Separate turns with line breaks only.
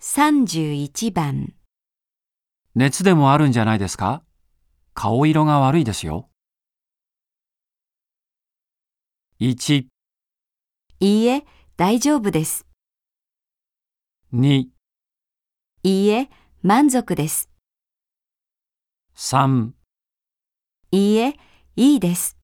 31番、
熱でもあるんじゃないですか顔色が悪いですよ。1、
いいえ、大丈夫です。
2、
いいえ、満足です。
3
いいえ、いいです。